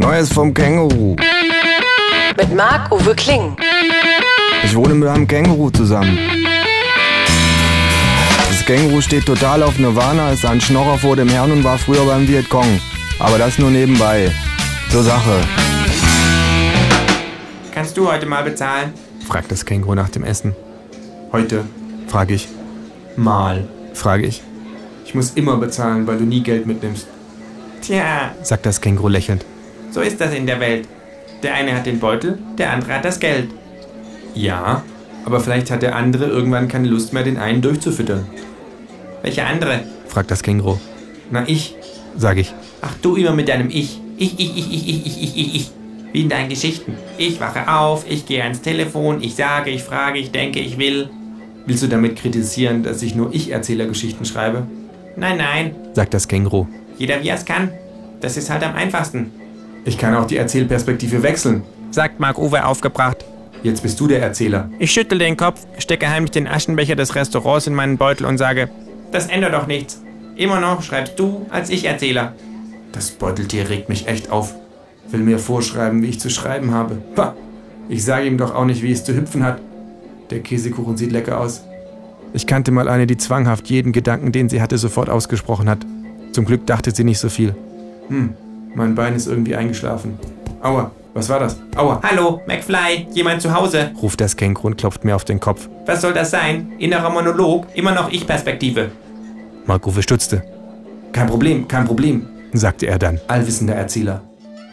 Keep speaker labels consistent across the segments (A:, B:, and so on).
A: Neues vom Känguru.
B: Mit Marc-Uwe Kling.
A: Ich wohne mit einem Känguru zusammen. Das Känguru steht total auf Nirvana, ist ein Schnorrer vor dem Herrn und war früher beim Vietcong. Aber das nur nebenbei. Zur Sache.
C: Kannst du heute mal bezahlen?
A: fragt das Känguru nach dem Essen.
C: Heute.
A: Frag ich,
C: Mal.
A: frag ich,
C: Ich muss immer bezahlen, weil du nie Geld mitnimmst. Tja,
A: sagt das Känguru lächelnd.
C: so ist das in der Welt. Der eine hat den Beutel, der andere hat das Geld. Ja, aber vielleicht hat der andere irgendwann keine Lust mehr, den einen durchzufüttern. Welcher andere?
A: Fragt das Känguru.
C: Na, ich.
A: Sag ich,
C: Ach, du immer mit deinem Ich. Ich, ich, ich, ich, ich, ich, ich, ich, ich. Wie in deinen Geschichten. Ich wache auf, ich gehe ans Telefon, ich sage, ich frage, ich denke, ich will. Willst du damit kritisieren, dass ich nur Ich-Erzählergeschichten schreibe? Nein, nein.
A: sagt das Känguru.
C: Jeder wie er es kann. Das ist halt am einfachsten. Ich kann auch die Erzählperspektive wechseln, sagt Marc-Uwe aufgebracht. Jetzt bist du der Erzähler. Ich schüttel den Kopf, stecke heimlich den Aschenbecher des Restaurants in meinen Beutel und sage, das ändert doch nichts. Immer noch schreibst du als Ich-Erzähler. Das Beuteltier regt mich echt auf. Will mir vorschreiben, wie ich zu schreiben habe. Pah, ich sage ihm doch auch nicht, wie es zu hüpfen hat. Der Käsekuchen sieht lecker aus. Ich kannte mal eine, die zwanghaft jeden Gedanken, den sie hatte, sofort ausgesprochen hat. Zum Glück dachte sie nicht so viel. Hm, mein Bein ist irgendwie eingeschlafen. Aua, was war das? Aua. Hallo, McFly, jemand zu Hause?
A: Ruft das Känguru und klopft mir auf den Kopf.
C: Was soll das sein? Innerer Monolog, immer noch Ich-Perspektive.
A: Markuwe stutzte,
C: Kein Problem, kein Problem.
A: sagte er dann.
C: Allwissender Erzähler.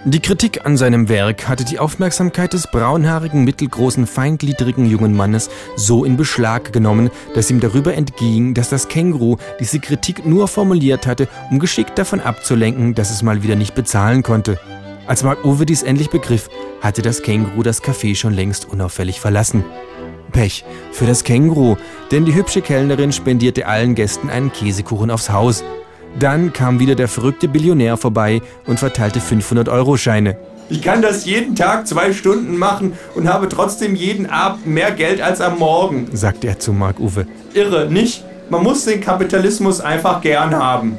A: Die Kritik an seinem Werk hatte die Aufmerksamkeit des braunhaarigen, mittelgroßen, feingliedrigen jungen Mannes so in Beschlag genommen, dass ihm darüber entging, dass das Känguru diese Kritik nur formuliert hatte, um geschickt davon abzulenken, dass es mal wieder nicht bezahlen konnte. Als Mark Uwe dies endlich begriff, hatte das Känguru das Café schon längst unauffällig verlassen. Pech für das Känguru, denn die hübsche Kellnerin spendierte allen Gästen einen Käsekuchen aufs Haus. Dann kam wieder der verrückte Billionär vorbei und verteilte 500-Euro-Scheine.
C: Ich kann das jeden Tag zwei Stunden machen und habe trotzdem jeden Abend mehr Geld als am Morgen.
A: sagte er zu Mark Uwe.
C: Irre, nicht? Man muss den Kapitalismus einfach gern haben.